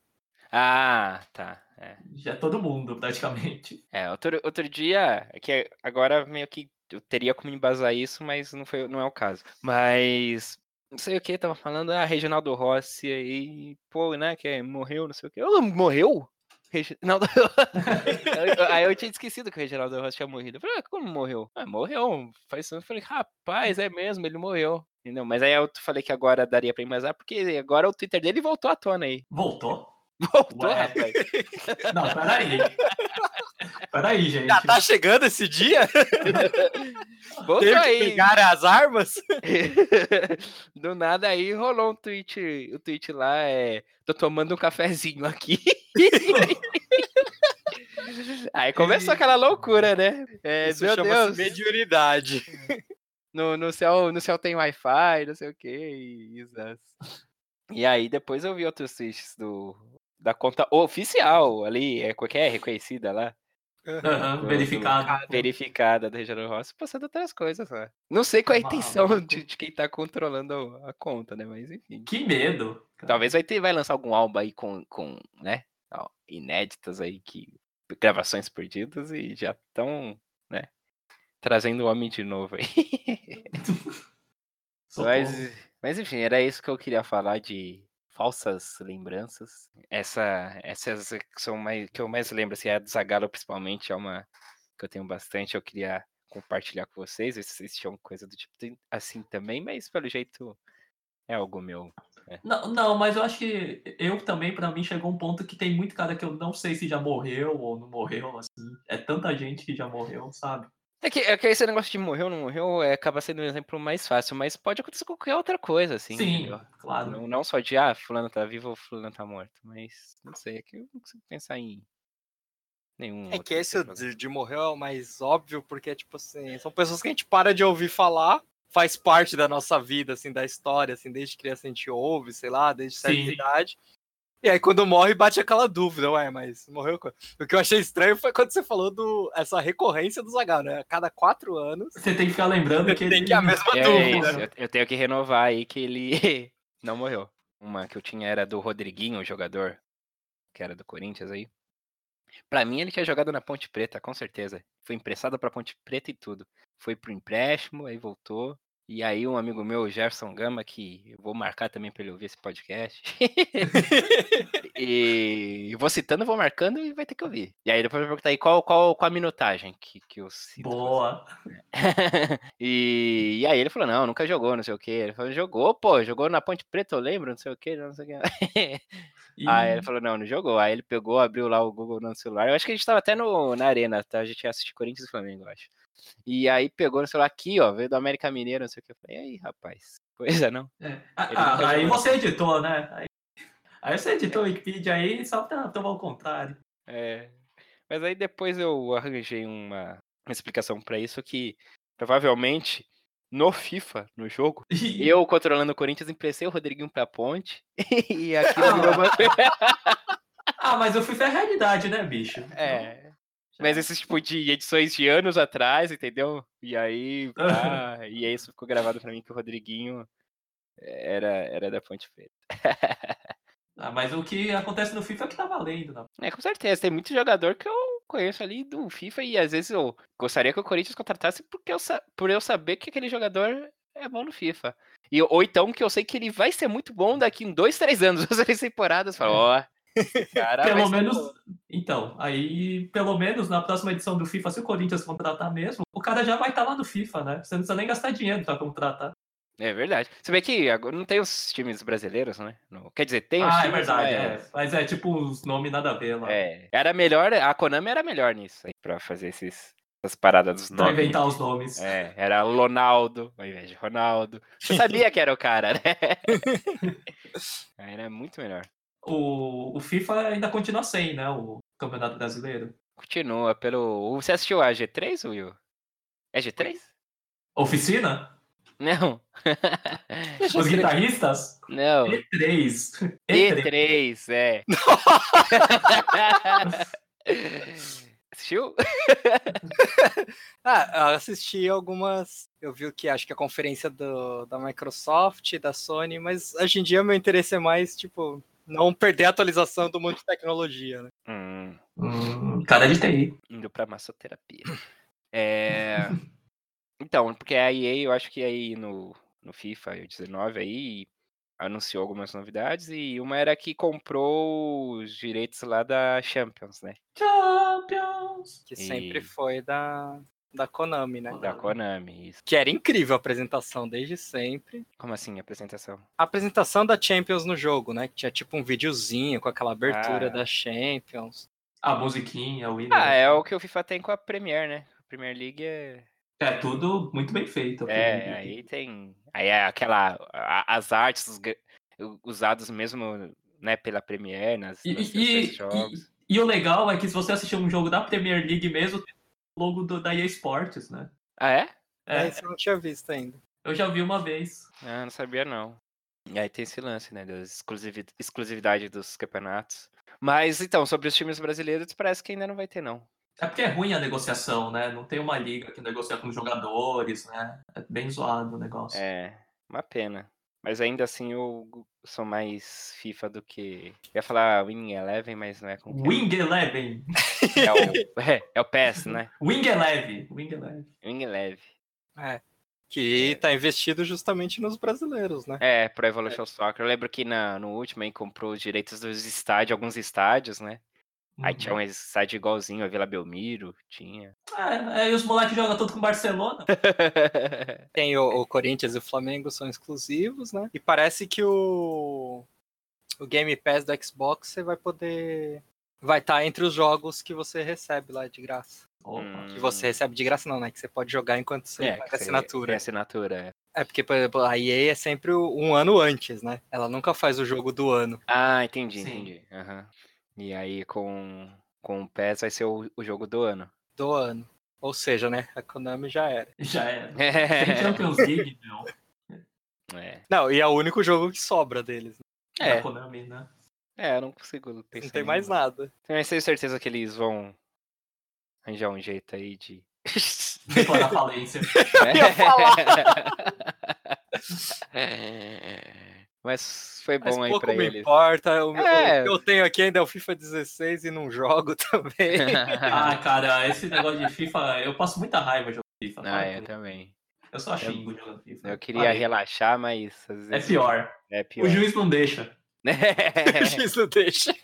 Ah, tá. É,
já é todo mundo, praticamente.
É, outro, outro dia, é que agora meio que eu teria como embasar isso, mas não, foi, não é o caso. Mas. Não sei o que, tava falando, ah, Reginaldo Rossi aí, pô, né, que morreu, não sei o que. morreu? Regi- Não, Eu- eu- Aí eu tinha esquecido que o Reginaldo Rossi tinha morrido. Eu falei, "Ah, como morreu? Ah, morreu. Faz tempo. Eu falei, rapaz, é mesmo, ele morreu. Entendeu? Mas aí eu t- falei que agora daria pra embasar, porque agora o Twitter dele voltou à tona aí.
Voltou?
Voltou,
Ué.
rapaz.
Não, peraí. Peraí, gente.
Já tá chegando esse dia?
Voltou
Teve que
aí.
pegar as armas?
Do nada aí rolou um tweet. O tweet lá é. Tô tomando um cafezinho aqui. aí começou aquela loucura, né? É,
isso
meu
chama-se
Deus.
mediunidade.
no, no, céu, no céu tem Wi-Fi, não sei o que, e exato. E aí depois eu vi outros tweets do, da conta oficial ali, é qualquer é reconhecida lá.
Aham, verificado.
verificada da Regiane Rossi passando outras coisas, né? Não sei qual é a
Maluco.
intenção de, de quem tá controlando a conta, né? Mas enfim.
Que medo.
Talvez vai ter, vai lançar algum álbum aí com, com né? ó, Inéditas aí que gravações perdidas e já estão, né? Trazendo o homem de novo aí.
Socorro.
Mas, mas enfim, era isso que eu queria falar de falsas lembranças. Essa, essas é que são mais que eu mais lembro, assim, a do Zagalo principalmente é uma que eu tenho bastante, eu queria compartilhar com vocês, ver se vocês tinham coisa do tipo tem- assim também, mas pelo jeito é algo meu.
Não, não, mas eu acho que eu também, pra mim, chegou um ponto que tem muito cara que eu não sei se já morreu ou não morreu, assim. É tanta gente que já morreu, sabe?
É que, é que esse negócio de morreu ou não morreu é, acaba sendo um exemplo mais fácil, mas pode acontecer com qualquer outra coisa, assim. entendeu?
claro.
Não, não só de, ah, fulano tá vivo ou fulano tá morto, mas não sei, é que eu não consigo pensar em nenhum
É
outro
que esse
exemplo, assim.
de, de morreu é o mais óbvio, porque, tipo assim, são pessoas que a gente para de ouvir falar, faz parte da nossa vida, assim, da história, assim, desde criança a gente ouve, sei lá, desde certa
Sim.
idade. E aí quando morre, bate aquela dúvida, ué, mas morreu quando? O que eu achei estranho foi quando você falou do essa recorrência do Zagal, né? A cada quatro anos
Você tem que ficar lembrando que ele.
tem que a mesma
É,
dúvida.
isso, eu- eu tenho que renovar aí que ele não morreu. Uma que eu tinha era do Rodriguinho, o jogador, que era do Corinthians aí. Pra mim, ele tinha jogado na Ponte Preta, com certeza. Foi emprestado pra Ponte Preta e tudo. Foi pro empréstimo, aí voltou. E aí, um amigo meu, o Gerson Gama, que eu vou marcar também pra ele ouvir esse podcast. e eu vou citando, vou marcando e vai ter que ouvir. E aí, depois eu vou perguntar aí qual, qual, qual a minutagem que, que eu cito.
Boa.
e, e aí ele falou, não, nunca jogou, não sei o que. Ele falou, jogou, pô, jogou na Ponte Preta, eu lembro, não sei o que, não sei o que.
E-
aí ele falou, não, não jogou. Aí ele pegou, abriu lá o Google no celular. Eu acho que a gente tava até no, na arena, tá? A gente ia assistir Corinthians e Flamengo, eu acho. E aí pegou no celular aqui, ó, veio do América Mineiro, não sei o que. Eu falei, e aí, rapaz, coisa não.
É. Ah,
Ele
ah,
nunca
aí
jogou.
você editou, né? Aí, aí você editou o Wikipedia aí só pra tomar o contrário.
É, Mas aí depois eu arranjei uma, uma explicação pra isso que provavelmente no FIFA, no jogo.
E
Eu controlando o Corinthians, emprestei o Rodriguinho pra ponte. e aquilo virou uma.
Ah, mas eu fui pra realidade, né, bicho?
É. Mas esses tipo de edições de anos atrás, entendeu? E aí. pá, e aí isso ficou gravado pra mim que o Rodriguinho era, era da Ponte Preta.
Ah, mas o que acontece no FIFA é o que tá valendo. né?
É, com certeza. Tem muito jogador que eu conheço ali do FIFA e às vezes eu gostaria que o Corinthians contratasse porque eu, sa- por eu saber que aquele jogador é bom no FIFA. E, ou então que eu sei que ele vai ser muito bom daqui em dois, três anos, duas, três temporadas. Fala, ó. esse cara vai
Pelo
ser
menos.
bom."
Então, aí, pelo menos na próxima edição do FIFA, se o Corinthians contratar mesmo, o cara já vai estar lá no FIFA, né? Você não precisa nem gastar dinheiro pra contratar.
É verdade. Você vê que agora não tem os times brasileiros, né? No- Quer dizer, tem os
ah, é
times,
verdade, é.
mas-
Mas é tipo uns nomes nada a ver lá.
É. Era melhor, a Konami era melhor nisso aí, pra fazer esses, essas paradas dos
Pra
nomes.
inventar os nomes.
É, era Ronaldo, ao invés de Ronaldo. Você sabia que era o cara, né? Aí era muito melhor.
O, o FIFA ainda continua sem, né? O Campeonato Brasileiro.
Continua pelo. Você assistiu a G3, Will? É G3?
Oficina?
Não.
É,
Os
tá
guitarristas?
Não.
E3. E3.
E3, é. Assistiu?
Ah, eu assisti algumas. Eu vi o que acho que a conferência do- da Microsoft, da Sony, mas hoje em dia meu interesse é mais, tipo, não perder a atualização do mundo de tecnologia, né?
Hum.
Hum, cara de TI.
indo pra massoterapia. É... Então, porque a EA, eu acho que aí no, no FIFA 19 aí anunciou algumas novidades e uma era que comprou os direitos lá da Champions, né?
Champions.
Que sempre
E-
foi da, da Konami, né?
Da Konami. Isso.
Que era incrível a apresentação desde sempre.
Como assim a apresentação?
A apresentação da Champions no jogo, né? Que tinha tipo um videozinho com aquela abertura
Ah.
da Champions.
A musiquinha, o hino.
Ah, é o que o FIFA tem com a Premier, né? A Premier League é.
É tudo muito bem feito.
É, aí tem. Aí é aquela. a- as artes os gra- usadas mesmo, né, pela Premier, nas,
E,
nos
e- e-
seus jogos.
e- e o legal é que se você assistir um jogo da Premier League mesmo, tem o logo do, da EA Sports, né?
Ah, é?
É.
É,
Esse eu não tinha visto ainda.
eu já vi uma vez.
Ah, não sabia não. E aí tem esse lance, né, da exclusivi- exclusividade dos campeonatos. Mas então, sobre os times brasileiros, parece que ainda não vai ter não.
É porque é ruim a negociação, né? Não tem uma liga que negocia com jogadores, né? É bem zoado o negócio.
É, uma pena. Mas ainda assim eu sou mais FIFA do que. Eu ia falar Winning Eleven, mas não é com. quem.
Wing Eleven!
É o, é, é o PS, né?
Wing Eleven! Wing Eleven.
Wing Eleven.
Que tá investido justamente nos brasileiros, né?
É, Pro Evolution Soccer. Eu lembro que na, no último aí comprou os direitos dos estádios, alguns estádios, né? Aí tinha um estádio igualzinho, a Vila Belmiro, tinha.
É, é, e os moleques jogam tudo com Barcelona.
Tem o, o Corinthians e o Flamengo são exclusivos, né? E parece que o, o Game Pass do Xbox você vai poder. Vai estar entre os jogos que você recebe lá de graça.
Opa.
Hum.
Que você recebe de graça, não, né? Que você pode jogar enquanto você
É,
paga
que você-
assinatura.
tem assinatura, é.
É porque, por exemplo, a EA é sempre o- um ano antes, né? Ela nunca faz o jogo do ano.
Ah, entendi,
Sim.
entendi. aham. E aí com, com o PES vai ser o, o jogo do ano.
Do ano. Ou seja, né? A Konami já era.
Já é. Tem
É,
Champions League, meu.
Não, e é o único jogo que sobra deles. né?
É.
é,
Konami, né?
é, eu não consigo pensar.
Não tem mais nada.
Mas tenho certeza que eles vão arranjar um jeito aí de.
Declarar falência.
ia
É. Mas foi
Mas
bom aí
pouco
pra
me
eles.
importa. O, o
É.
que eu tenho aqui ainda é o FIFA 16 e não jogo também.
É.
Ah, cara, esse negócio de FIFA, eu passo muita raiva jogando FIFA.
ah,
cara.
eu também.
Eu só xingo jogando FIFA.
Eu queria
Parei.
relaxar, mas às
É
vezes
pior.
é pior.
O juiz não deixa.
Isso deixa.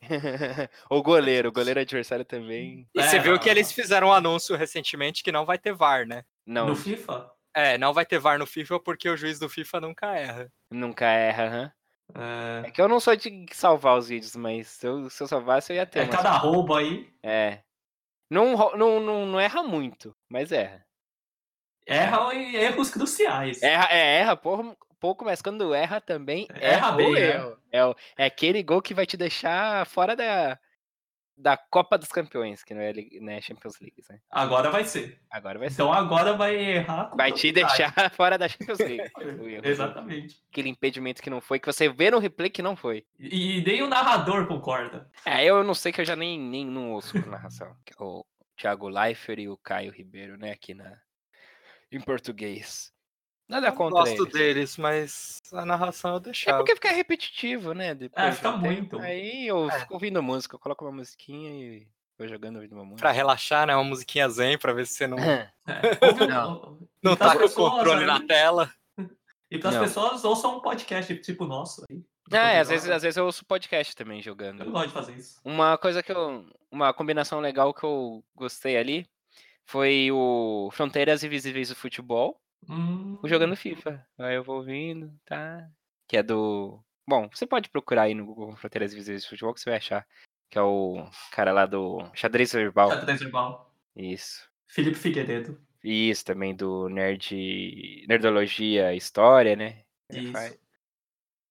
o goleiro, o goleiro adversário também.
E
É,
você viu que
não.
eles fizeram um anúncio recentemente que não vai ter VAR, né?
Não,
No FIFA?
É, não vai ter VAR no FIFA porque o juiz do FIFA nunca erra.
nunca erra. aham.
É,
É que eu não sou de salvar os vídeos, mas se eu, se eu salvasse eu ia ter.
é
umas-
cada roubo aí.
É. Não, ro- não, não, não erra muito, mas erra.
Erra em erros cruciais.
Erra, é, erra por, pouco, mas quando erra também
Erra
o
bem, né?
erro. É, o- é aquele gol que vai te deixar fora da, da Copa dos Campeões, que não é, li- né, Champions League, né?
Agora vai ser.
Agora vai ser.
Então agora vai errar. com
Vai te
propriedade.
deixar fora da Champions League. o erro.
Exatamente.
Aquele impedimento que não foi, que você vê no replay que não foi.
E, e nem o narrador concorda.
É, eu não sei que eu já nem, nem não ouço a narração. que é O Thiago Leifert e o Caio Ribeiro, né, aqui na em português. Nada
Eu
contra
gosto
eles.
deles, mas a narração eu
É
deixava.
porque fica repetitivo, né? Depois de
Ah, fica
um tempo.
muito.
Aí eu
É.
fico ouvindo música, eu coloco uma musiquinha e vou jogando ouvindo uma música.
Pra relaxar, né? Uma musiquinha zen pra ver se você não,
É, ouve o-
Não.
não
Então as
tá com o
pessoas,
controle
né?
na tela.
E para as
Não.
pessoas, ouçam um podcast tipo o nosso aí. Tipo,
É, às vezes, às vezes eu ouço podcast também
Eu não
jogando.
gosto de fazer isso.
Uma coisa que eu. Uma combinação legal que eu gostei ali foi o Fronteiras Invisíveis do Futebol.
Hum,
Vou jogando FIFA. Aí eu vou ouvindo, tá? Que é do. Bom, você pode procurar aí no Google Fronteiras Invisíveis de Futebol que você vai achar. Que é o cara lá do Xadrez Verbal.
Xadrez verbal.
Isso.
Felipe Figueiredo.
E isso também do Nerd. Nerdologia História, né? Ele
Isso.
faz.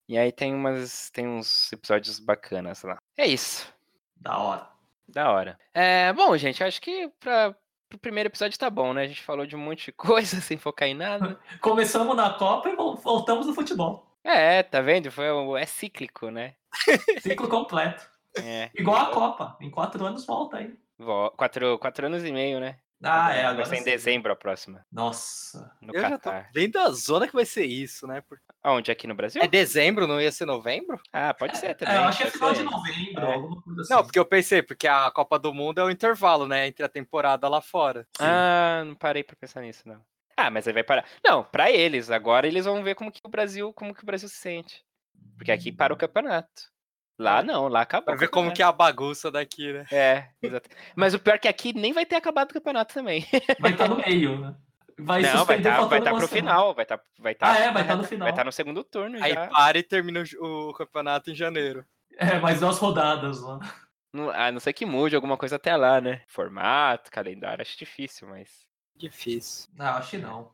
E aí tem umas. Tem uns episódios bacanas lá. É isso.
Da hora.
Da hora. É, bom, gente, acho que pra. O primeiro episódio tá bom, né? A gente falou de um monte de coisa sem focar em nada.
Começamos na Copa e vol- voltamos no futebol.
É, tá vendo? Foi, um- é cíclico, né?
Ciclo completo.
É.
Igual a Copa. Em quatro anos volta aí.
Vo- Quatro, quatro anos e meio, né?
Ah, é.
Vai
Agora
ser em
sim.
dezembro a próxima,
Nossa.
no
eu já tô
Catar.
bem da zona que vai ser isso, né? Porque
Aonde? Aqui no Brasil?
é dezembro, não ia ser novembro?
Ah, pode ser também.
É, eu acho que
pode
é final de
ser.
novembro.
É.
Alguma coisa assim.
Não, porque eu pensei, porque a Copa do Mundo é o intervalo, né? Entre a temporada lá fora.
Ah, não parei pra pensar nisso, não. Ah, mas aí vai parar. Não, pra eles. Agora eles vão ver como que o Brasil, como que o Brasil se sente. Porque aqui
Hum.
para o campeonato.
É.
Lá não, lá acabou.
Pra
o
ver como que é a bagunça daqui, né?
campeonato. É, exato. Mas o pior é que aqui nem vai ter acabado o campeonato também.
Vai estar no meio, né? Vai
não, vai
suspender
estar vai
faltando
tá
uma
pro
semana.
final. Vai tá, vai tá,
Ah, é, vai estar no final.
vai tá no segundo turno
Aí
já.
para e termina o jo- o campeonato em janeiro.
É, mas duas rodadas né? lá.
Não- A não ser que mude alguma coisa até lá, né? Formato, calendário, acho difícil, mas.
Difícil.
Não, acho que não.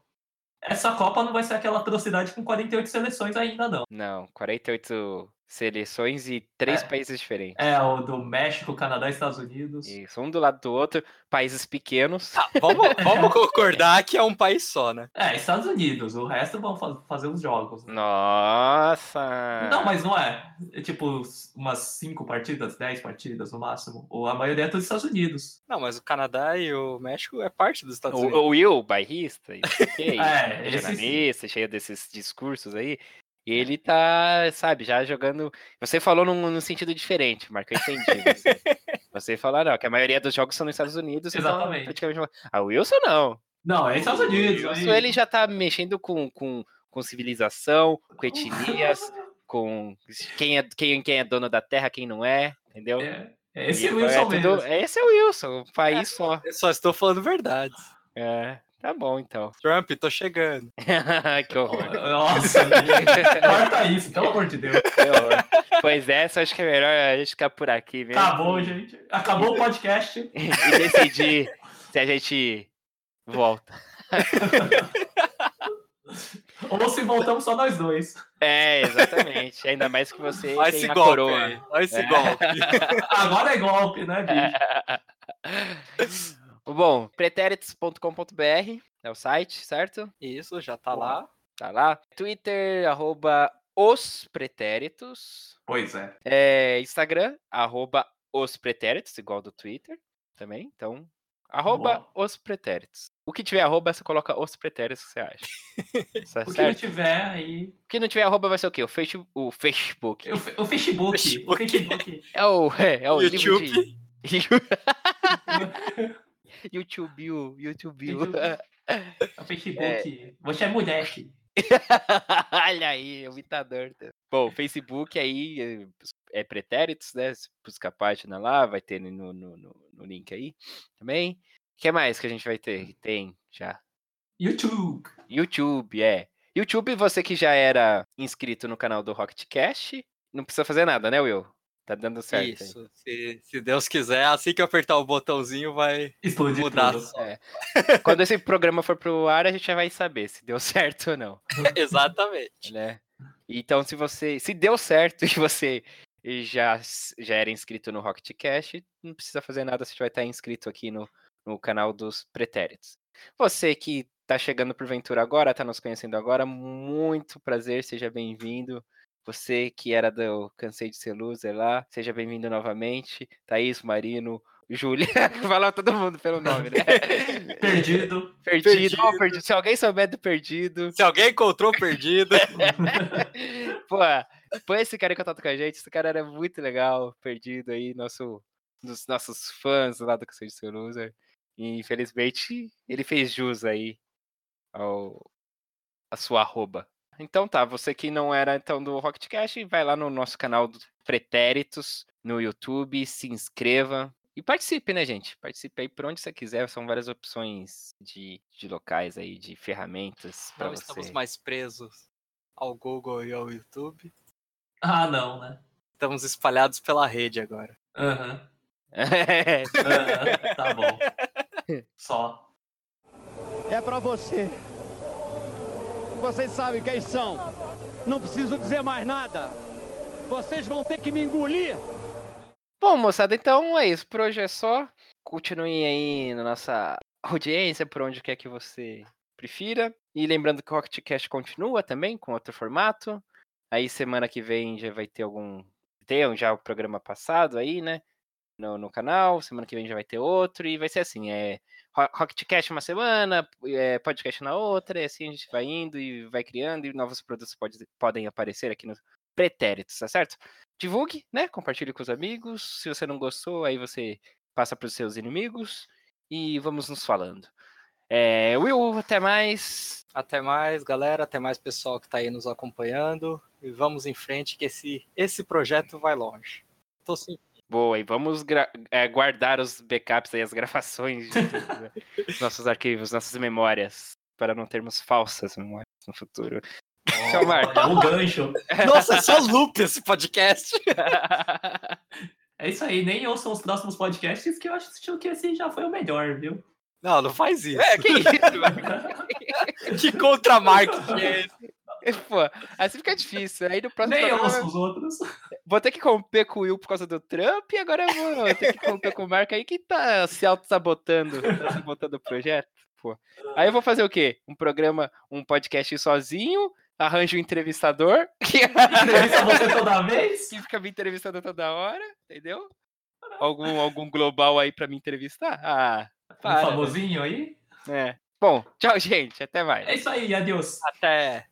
Essa Copa não vai ser aquela atrocidade com 48 seleções ainda, não.
Não, 48 seleções e três
É.
países diferentes.
É, o do México, Canadá, Estados Unidos.
Isso, um do lado do outro, países pequenos.
Tá, vamos, vamos concordar que é um país só, né?
É, Estados Unidos. O resto vão fa- fazer os jogos. né?
Nossa!
Não, mas não é. É tipo umas cinco partidas, dez partidas no máximo. Ou a maioria é dos Estados Unidos.
Não, mas o Canadá e o México é parte dos Estados Unidos.
O, o Will, bairrista, e não sei o quê, e
É, esse sim. É.
jornalista, cheio desses discursos aí, ele tá, sabe, já jogando. Você falou num, num sentido diferente, Marco, eu entendi. Assim. Você falou, "Ah, não, que a maioria dos jogos são nos Estados Unidos. então,
Exatamente.
praticamente, uma- ah, o Wilson não.
Não, é Estados Unidos.
O Wilson,
aí-
ele já tá mexendo com, com, com civilização,
Ah.
com etnias, com quem é, quem, quem é dono da terra, quem não é, entendeu?
É, é esse
E
Wilson
é
mesmo.
tudo- Esse é o Wilson, um país só.
Eu só estou falando verdade.
É, tá bom então.
Trump, tô chegando.
que horror.
Nossa, gente. corta isso, pelo amor de Deus.
É, que é horror. Pois essa, acho que é melhor a gente ficar por aqui mesmo.
Acabou, Tá gente. Acabou o podcast.
E decidir se a gente volta.
Ou se voltamos só nós dois.
É, exatamente. Ainda mais que você
Olha
tem
esse
a
golpe.
coroa.
aí, Olha esse
É.
golpe.
Agora é golpe, né, bicho?
Bom, pretéritos.com.br é o site, certo?
Isso, já tá lá.
Tá lá. Twitter, arroba os pretéritos.
Pois é.
É, Instagram, arroba os pretéritos, igual do Twitter também. Então, arroba os pretéritos. O que tiver arroba, você coloca os pretéritos que você acha. Tá
O que não
certo?
tiver aí.
O que não tiver arroba vai ser o quê? O, face, o Facebook.
O, fe- o Facebook. O
Facebook.
Facebook.
É o, é, é o livro
YouTube.
de... YouTube, YouTube.
YouTube. O Facebook. Você é moleque.
Olha aí, o imitador. tá? Bom, Facebook aí é- é pretéritos, né? Se buscar a página lá, vai ter no, no, no- no link aí também. O que mais que a gente vai ter? Tem já.
YouTube.
YouTube, é. YouTube, você que já era inscrito no canal do Rocket Cash, não precisa fazer nada, né, Will? Tá dando certo. aí.
Isso. Se, se Deus quiser, assim que eu apertar o botãozinho, vai
Explodiu.
mudar.
tudo.
Quando esse programa for pro ar, a gente já vai saber se deu certo ou não.
Exatamente.
né? Então, se você. Se deu certo e você já, s- já era inscrito no Rocket Cash, não precisa fazer nada, você já vai estar inscrito aqui no, no canal dos pretéritos. Você que tá chegando porventura agora, tá nos conhecendo agora, muito prazer, seja bem-vindo. Você que era do Cansei de Ser Loser lá, seja bem-vindo novamente. Thaís, Marino, Júlia, fala todo mundo pelo nome, né?
Perdido.
perdido, ó,
Perdido.
perdido. Se alguém souber do perdido,
Se alguém encontrou perdido,
Pô, põe esse cara em contato com a gente. Esse cara era muito legal, perdido aí, nosso, dos nossos fãs lá do Conselho de Seu Loser. E infelizmente ele fez jus aí ao, a sua arroba. Então tá, você que não era então do Rocket Cash, vai lá no nosso canal do Pretéritos no YouTube, se inscreva e participe, né, gente? Participe aí por onde você quiser, são várias opções de, de locais aí, de ferramentas para
não
você.
estamos mais presos ao Google e ao YouTube.
Ah, não, né?
Estamos espalhados pela rede agora.
Aham. Aham. Tá bom. Só.
é pra você. Vocês sabem quem são. Não preciso dizer mais nada. Vocês vão ter que me engolir.
Bom, moçada, então é isso. Por hoje é só. Continuem aí na nossa audiência, por onde quer que você prefira. E lembrando que o Rocket Cash continua também, com outro formato. Aí semana que vem já vai ter algum. Tem já o programa passado aí, né? No, no canal. Semana que vem já vai ter outro. E vai ser assim: é Ro- Rocket Cash uma semana, é, podcast na outra. E assim a gente vai indo e vai criando. E novos produtos pode, podem aparecer aqui no Pretéritos, tá certo? divulgue, né? Compartilhe com os amigos. Se você não gostou, aí você passa para os seus inimigos e vamos nos falando. É, Will, até mais.
Até mais, galera. Até mais, pessoal que tá aí nos acompanhando. E vamos em frente, que esse, esse projeto vai longe. Tô sim.
Boa, e vamos gra- é, guardar os backups aí, as gravações, de tudo, né? Os nossos arquivos, nossas memórias, para não termos falsas memórias no futuro. Tchau, Marco.
É um gancho.
Nossa, é só loop esse podcast.
É isso aí, nem ouçam os próximos podcasts, que eu acho que esse já foi o melhor, viu?
Não, não faz isso.
É, que isso,
Que contramarketing é esse?
Pô, assim fica difícil. Aí no próximo
Nem eu
programa,
ouço os outros.
vou ter que romper com o Will por causa do Trump e agora eu vou ter que romper com o Marco aí que tá se auto-sabotando, tá sabotando o projeto. Pô. Aí eu vou fazer o quê? Um programa, um podcast sozinho, arranjo um entrevistador que,
Entrevista é você toda vez.
que fica me entrevistando toda hora, entendeu? Algum, algum global aí pra me entrevistar? Ah,
Um
para.
famosinho aí.
É. Bom, tchau, gente. Até mais.
É isso aí, adeus.
Até.